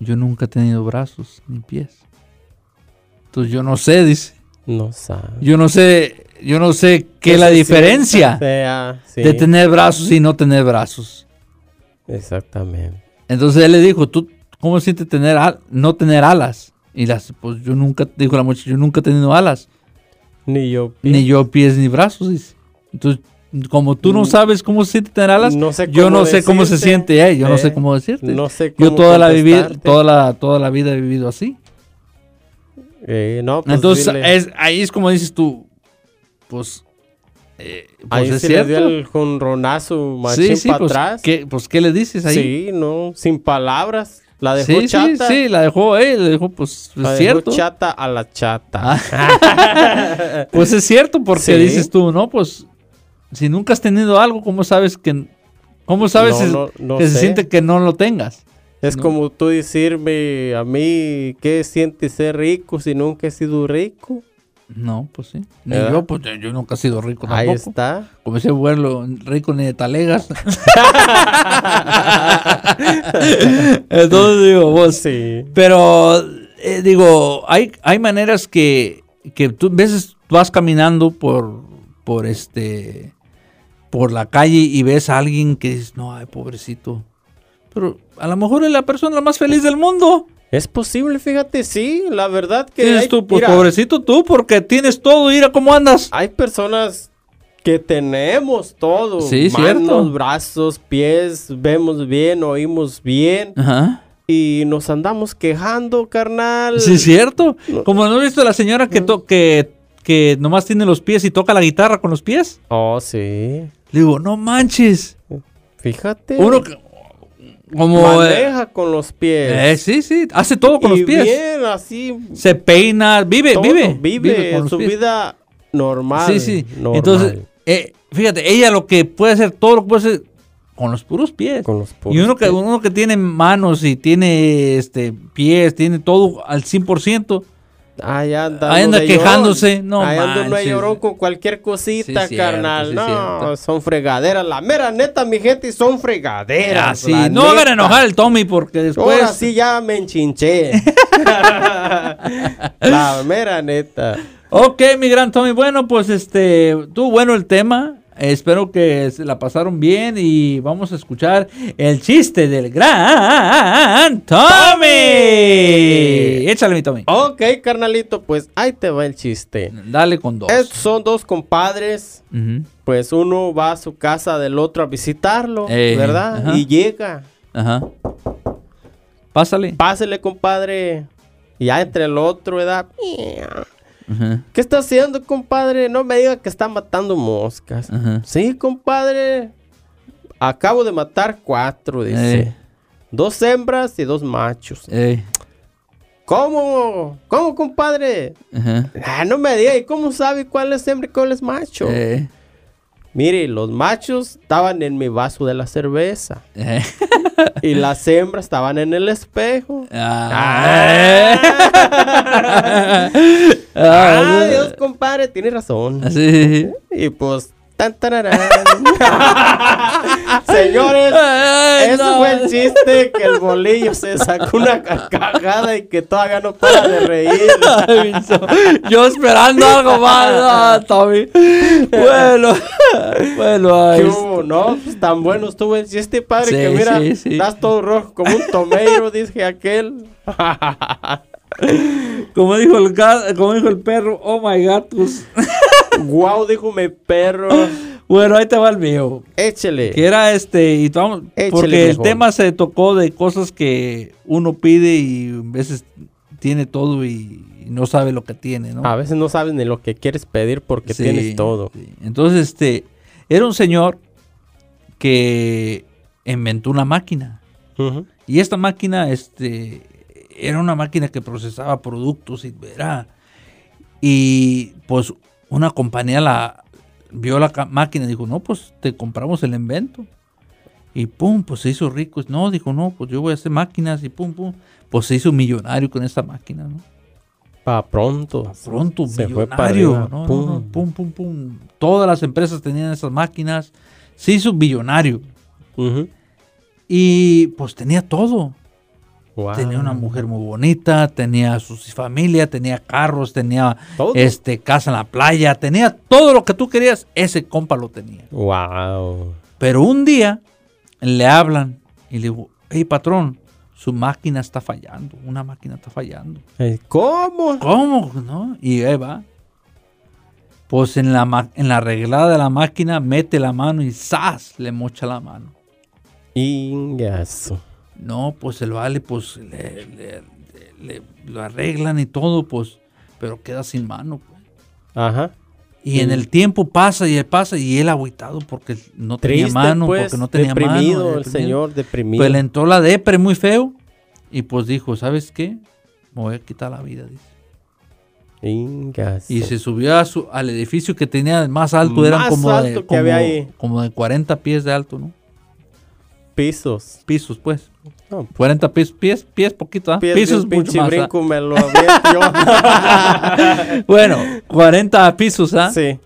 A: yo nunca he tenido brazos ni pies. Entonces yo no sé, dice,
C: No sabe.
A: yo no sé, yo no sé qué es la
C: se
A: diferencia
C: sienta, sea, sí,
A: de tener brazos y no tener brazos.
C: Exactamente.
A: Entonces él le dijo, ¿tú cómo sientes tener al- no tener alas? Y las, pues yo nunca, dijo la muchacha, yo nunca he tenido alas,
C: Ni yo.
A: ni yo pies ni brazos, dice. Entonces, como tú no
C: Mm.
A: sabes cómo se siente tener alas,
C: No sé
A: yo
C: cómo
A: no sé cómo se
C: decirte.
A: siente, eh, yo no
C: Eh,
A: sé cómo decirte.
C: No sé
A: Yo
C: cómo
A: toda la, vivi-
C: contestarte.
A: toda, la, toda la vida he vivido así.
C: Eh, no, pues
A: Entonces,
C: dile.
A: es, ahí es como dices tú, pues, eh, pues
C: Ahí
A: es
C: se
A: cierto.
C: le dio el jonronazo machín
A: sí, sí,
C: para
A: pues,
C: atrás.
A: ¿qué, pues, ¿qué le dices ahí?
C: Sí, no, sin palabras. La dejó
A: sí,
C: chata.
A: sí, sí, la dejó, eh, la dejó, pues,
C: La
A: es
C: dejó
A: cierto. <laughs> Ah,
C: chata a la chata.
A: Pues es cierto, porque
C: Sí.
A: dices tú, no, pues, si nunca has tenido algo, ¿cómo sabes que, cómo sabes
C: No,
A: si-
C: no, no
A: que se
C: sé.
A: siente que no lo tengas?
C: Es
A: No.
C: como tú decirme a mí qué sientes ser rico si nunca he sido rico.
A: No, pues sí. Ni
C: ¿Verdad?
A: yo, pues, yo- yo nunca he sido rico
C: Ahí
A: tampoco.
C: está.
A: Como ese vuelo rico ni de talegas. <laughs> Entonces
C: <laughs>
A: digo, pues, vos.
C: Sí.
A: Pero eh, digo, hay, hay maneras que, que tú a veces vas caminando por, por este por la calle y ves a alguien que dices, no, ay, pobrecito. Pero a lo mejor es la persona más feliz del mundo.
C: Es posible, fíjate, sí, la verdad que
A: Dices
C: hay,
A: tú, pues
C: mira, Ah.
A: pobrecito tú, porque tienes todo, mira cómo andas.
C: hay personas que tenemos todo,
A: Sí,
C: manos,
A: cierto.
C: brazos, pies, vemos bien, oímos bien
A: Ajá.
C: y nos andamos quejando, carnal.
A: Sí, es cierto. Como no he visto a la señora que, to- que, que nomás tiene los pies y toca la guitarra con los pies.
C: Oh, sí.
A: Le digo, no manches.
C: Fíjate.
A: Uno que- como... eh,
C: maneja con los pies.
A: eh, sí, sí, hace todo con
C: y
A: los pies.
C: bien, así
A: Se peina, vive,
C: todo,
A: vive.
C: vive, su
A: pies.
C: vida normal.
A: Sí, sí.
C: normal,
A: Entonces, eh, fíjate, ella lo que puede hacer, todo lo que puede hacer con los puros pies.
C: con los
A: y uno que,
C: pies.
A: uno que tiene manos y tiene este pies, tiene todo al 100%.
C: Ahí anda,
A: Ahí
C: uno
A: anda
C: de
A: quejándose,
C: llorón.
A: no
C: Ahí anda uno de
A: manches.
C: llorón con cualquier
A: Sí,
C: cosita,
A: cierto,
C: carnal.
A: sí,
C: no,
A: cierto.
C: son fregaderas. La mera neta, mi gente, son fregaderas.
A: Así,
C: la
A: no hagan
C: neta.
A: enojar al Tommy porque después...
C: Ahora sí ya
A: <laughs>
C: me enchinché. <laughs> la mera neta.
A: Ok, mi gran Tommy. Bueno, pues este, tú bueno el tema. Espero que se la pasaron bien y vamos a escuchar el chiste del gran Tommy. Échale, mi Tommy.
C: Ok, carnalito, pues ahí te va el chiste.
A: Dale con dos.
C: Estos son dos compadres
A: Ujú,
C: pues uno va a su casa del otro a visitarlo,
A: Eh,
C: ¿verdad?
A: ajá.
C: Y llega,
A: Ajá. Pásale.
C: pásele compadre, y ya entre el otro, ¿verdad?
A: Ajá,
C: ¿Qué está haciendo, compadre? No me diga que está matando moscas.
A: ajá.
C: Sí, compadre, acabo de matar cuatro, dice.
A: Eh.
C: Dos hembras y dos machos.
A: Ey,
C: ¿Cómo? ¿Cómo, compadre?
A: ajá.
C: Ah, no me diga, ¿y cómo sabe cuál es hembra y cuál es macho?
A: Eh,
C: Mire, los machos estaban en mi vaso de la cerveza. <laughs>
A: eh.
C: Y las hembras estaban en
A: <laughs>
C: el espejo.
A: Ah.
C: Ah,
A: <laughs> Ah,
C: Dios, compadre, tienes razón.
A: sí, sí, sí.
C: Y pues, tan,
A: <laughs>
C: tararán. Señores,
A: Ay,
C: ese
A: no.
C: fue el chiste que el bolillo se sacó una carcajada y que todavía no para de reír.
A: Ay, Vinzo, Yo esperando algo más, ah, Tommy. Bueno, bueno, ay,
C: ¿Qué hubo, no? Pues, tan bueno estuvo el chiste, padre,
A: Sí,
C: que mira,
A: sí, sí.
C: estás todo rojo como un tomeiro, dije aquel. <laughs>
A: como dijo
D: pues,
A: el ga- como dijo el perro, oh my gatos. <gasps>
C: Guau, dijo mi perro.
D: Bueno, ahí te va el mío.
C: Échele.
D: Que era este, y vamos,
C: Échale,
D: porque el
C: viejón.
D: tema se tocó de cosas que uno pide y a veces tiene todo y, y no sabe lo que tiene, ¿no?
C: A veces no sabes ni lo Ah, que quieres pedir porque
D: Sí,
C: tienes todo.
D: sí. Entonces, este, era un señor que inventó una máquina.
C: Ujú.
D: Y esta máquina, este, era una máquina que procesaba productos y era, y pues una compañía la vio la ca- máquina y dijo, no, pues te compramos el invento. Y pum, pues se hizo rico. No, dijo, no, pues yo voy a hacer máquinas y pum, pum. Pues se hizo millonario con esta máquina, ¿no?
C: Pa' pronto.
D: pronto
C: Se fue para
D: millonario.
C: arriba,
D: ¿no? No, no,
C: pum.
D: pum. pum, pum, Todas las empresas tenían esas máquinas. Se hizo billonario.
C: Ujú.
D: Y pues tenía todo.
C: Guau.
D: Tenía una mujer muy bonita, tenía su familia, tenía carros, tenía
C: Todo.
D: este, casa en la playa, tenía todo lo que tú querías. Ese compa lo tenía.
C: Wow.
D: Pero un día le hablan y le digo, hey patrón, su máquina está fallando, una máquina está fallando.
C: Eh, ¿Cómo?
D: ¿Cómo? ¿No? Y ahí va. Pues en la, ma- en la arreglada de la máquina mete la mano y ¡zas! le mocha la mano.
C: Ingazo.
D: No, pues el vale, pues le, le- le- lo arreglan y todo, pues, pero queda sin mano. pues.
C: Ajá.
D: Y en el tiempo pasa y pasa y él agüitado porque no tenía
C: Triste,
D: mano,
C: pues,
D: porque no tenía
C: deprimido,
D: mano.
C: el señor, deprimido.
D: Pues le entró la depre muy feo y pues dijo, ¿sabes qué? Me voy a quitar la vida, dice.
C: Ingazo.
D: Y se subió a su- al edificio que tenía el más alto, eran
C: Más
D: como, de,
C: alto que
D: como,
C: había ahí.
D: como de 40 pies de alto, ¿no?
C: Pisos.
D: Pisos, pues.
C: No,
D: 40 pies, pies, pies poquito, ¿ah?
C: pies de
D: Pisos
C: un
D: mucho
C: pinche
D: más, ¿ah?
C: brinco me lo aviento
D: <laughs>
C: yo. <laughs>
D: Bueno, 40 pisos, ¿ah?
C: sí.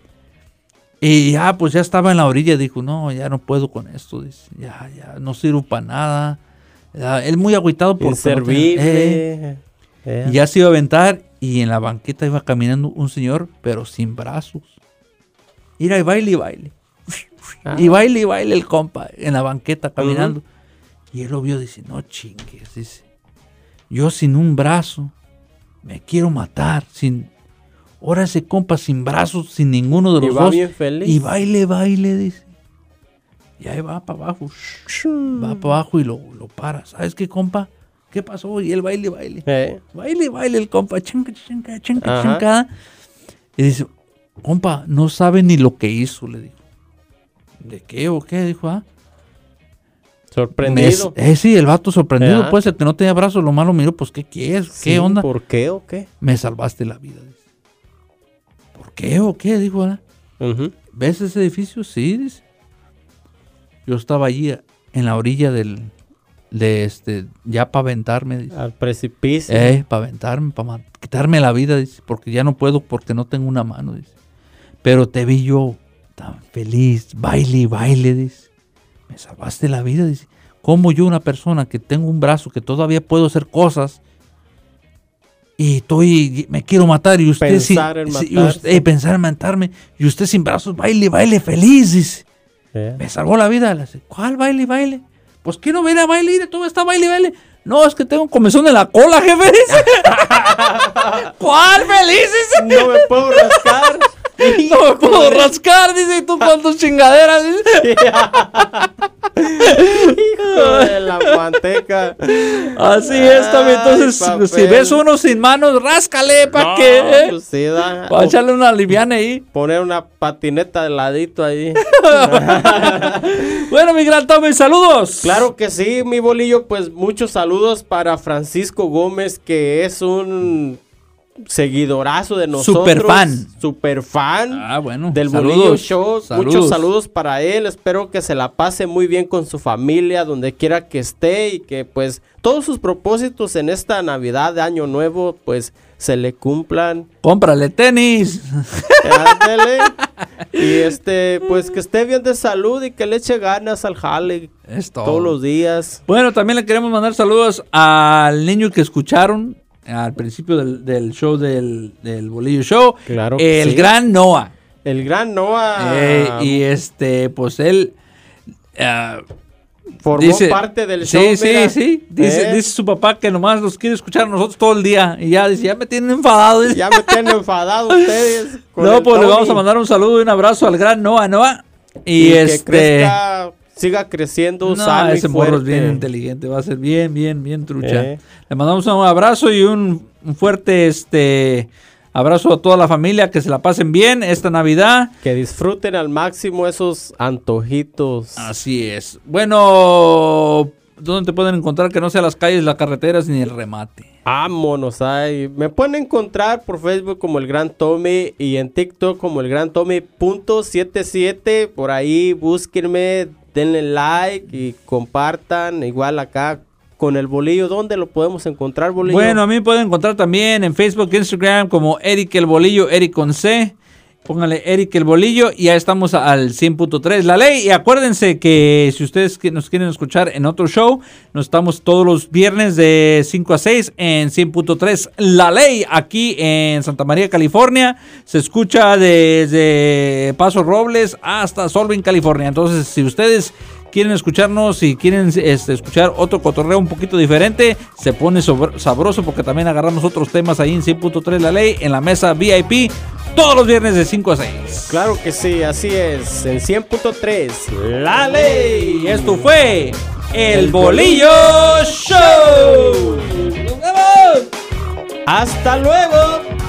D: Y ya, pues ya estaba en la orilla, dijo, no, ya no puedo con esto, dice, ya, ya, no sirvo para nada. Ya, él muy agüitado por
C: Inservible. Eh.
D: ya se iba a aventar y en la banqueta iba caminando un señor, pero sin brazos. Mira, y baile y baile.
C: Ah.
D: Y baile y baile el compa en la banqueta caminando. Y él lo vio, dice, no chingues, dice, yo sin un brazo me quiero matar. Sin... Ahora ese compa sin brazos, sin ninguno de
C: Y
D: los
C: va
D: dos.
C: bien feliz.
D: Y baile, baile, dice. Y ahí va para abajo, va para abajo y lo, lo para. ¿Sabes qué, compa? ¿Qué pasó? Y él baile, baile.
C: Eh.
D: Baile, baile el compa, chinga, chinga, chinga,
C: Ajá.
D: chinga. Y dice, compa, no sabe ni lo que hizo, le dijo. ¿De qué o qué? Dijo, ah.
C: Sorprendido.
D: Me- eh, sí, el vato sorprendido,
C: Ajá.
D: pues, el que no tenía brazos, lo malo miró, pues, ¿qué quieres? ¿Qué
C: Sí,
D: onda?
C: ¿Por qué o qué?
D: Me salvaste la vida, dice. ¿Por qué o qué? Dijo, ah.
C: Ujú.
D: ¿Ves ese edificio? Sí, dice. Yo estaba allí eh, en la orilla del, de este, ya para aventarme, dice.
C: Al precipicio.
D: Eh, para aventarme, para quitarme la vida, dice, porque ya no puedo, porque no tengo una mano, dice. Pero te vi yo tan feliz, baile y baile, dice. Me salvaste la vida, dice. Como yo, una persona que tengo un brazo, que todavía puedo hacer cosas, y estoy, me quiero matar, y usted
C: Pensar
D: sin,
C: en
D: si- y
C: matarse.
D: usted- eh, pensar en matarme, y usted sin brazos, baile y baile feliz, dice.
C: Eh.
D: Me salvó la vida. Le dice, ¿Cuál baile y baile? Pues quiero ver a baile y todo está baile y baile. No, es que tengo un comezón en la cola, jefe. dice. <laughs> ¿Cuál feliz? Dice.
C: No me puedo rascar.
D: <laughs> No me puedo rascar, Ah, dice. ¿Y tú cuántas chingaderas? Dice.
C: Hijo de la manteca.
D: Así es, también. Entonces,
C: Ay,
D: si
C: papel.
D: ves uno sin manos, ráscale, ¿para
C: No,
D: qué? eh?
C: pues sí, da.
D: Para echarle una liviana ahí. <laughs>
C: Poner una patineta de ladito ahí.
D: Bueno, mi gran Tommy, saludos.
C: Claro que sí, mi bolillo, pues muchos saludos para Francisco Gómez, que es un seguidorazo de nosotros.
D: Superfan.
C: Superfan
D: Ah, bueno.
C: Del
D: saludos.
C: Bolillo Show. Muchos saludos para él. Espero que se la pase muy bien con su familia, donde quiera que esté y que pues todos sus propósitos en esta Navidad de Año Nuevo pues se le cumplan.
D: Cómprale tenis.
C: Ándele. y este pues que esté bien de salud y que le eche ganas al jale
D: Es todo.
C: todos los días.
D: Bueno, también le queremos mandar saludos al niño que escucharon al principio del, del show del, del Bolillo Show.
C: Claro que
D: El
C: sí.
D: gran Noah.
C: El gran Noah
D: Eh, y este, pues él. ah,
C: formó
D: dice-
C: parte del
D: sí,
C: show.
D: Sí,
C: mira.
D: sí. Dice,
C: Eh,
D: dice su papá que nomás los quiere escuchar a nosotros todo el día. Y ya dice, ya me tienen enfadado. dice. <laughs>
C: Ya me tienen enfadado ustedes. con
D: no,
C: el
D: pues le
C: Tony.
D: vamos a mandar un saludo y un abrazo al gran Noah. Noah, Y,
C: que
D: este.
C: crezca, siga creciendo,
D: no,
C: sano y
D: ese morro es bien
C: fuerte.
D: inteligente, va a ser bien, bien, bien trucha.
C: Eh.
D: Le mandamos un abrazo y un, un fuerte este abrazo a toda la familia, que se la pasen bien esta Navidad.
C: Que disfruten al máximo esos antojitos.
D: Así es. Bueno, ¿dónde te pueden encontrar que no sea las calles, las carreteras ni el remate?
C: Vámonos, ay. Me pueden encontrar por Facebook como el Gran Tommy y en TikTok como el Gran Tommy.77. Por ahí búsquenme, denle like y compartan. Igual acá con el bolillo. ¿Dónde lo podemos encontrar, bolillo?
D: Bueno, a mí me pueden encontrar también en Facebook, Instagram como Eric el Bolillo, Eric con C. Pónganle Eric el Bolillo y ya estamos al 100.3 La Ley. Y acuérdense que si ustedes que- nos quieren escuchar en otro show, nos estamos todos los viernes de 5 a 6 en 100.3 La Ley aquí en Santa María, California. Se escucha desde Paso Robles hasta Solving, California. Entonces, si ustedes quieren escucharnos, si quieren este, escuchar otro cotorreo un poquito diferente, se pone sobr- sabroso porque también agarramos otros temas ahí en 100.3 La Ley, en la mesa VIP, todos los viernes de 5 a 6.
C: Claro que sí, así es. En 100.3, la ley.
D: Y esto fue El Bolillo Show. ¡Nos vemos!
C: ¡Hasta luego!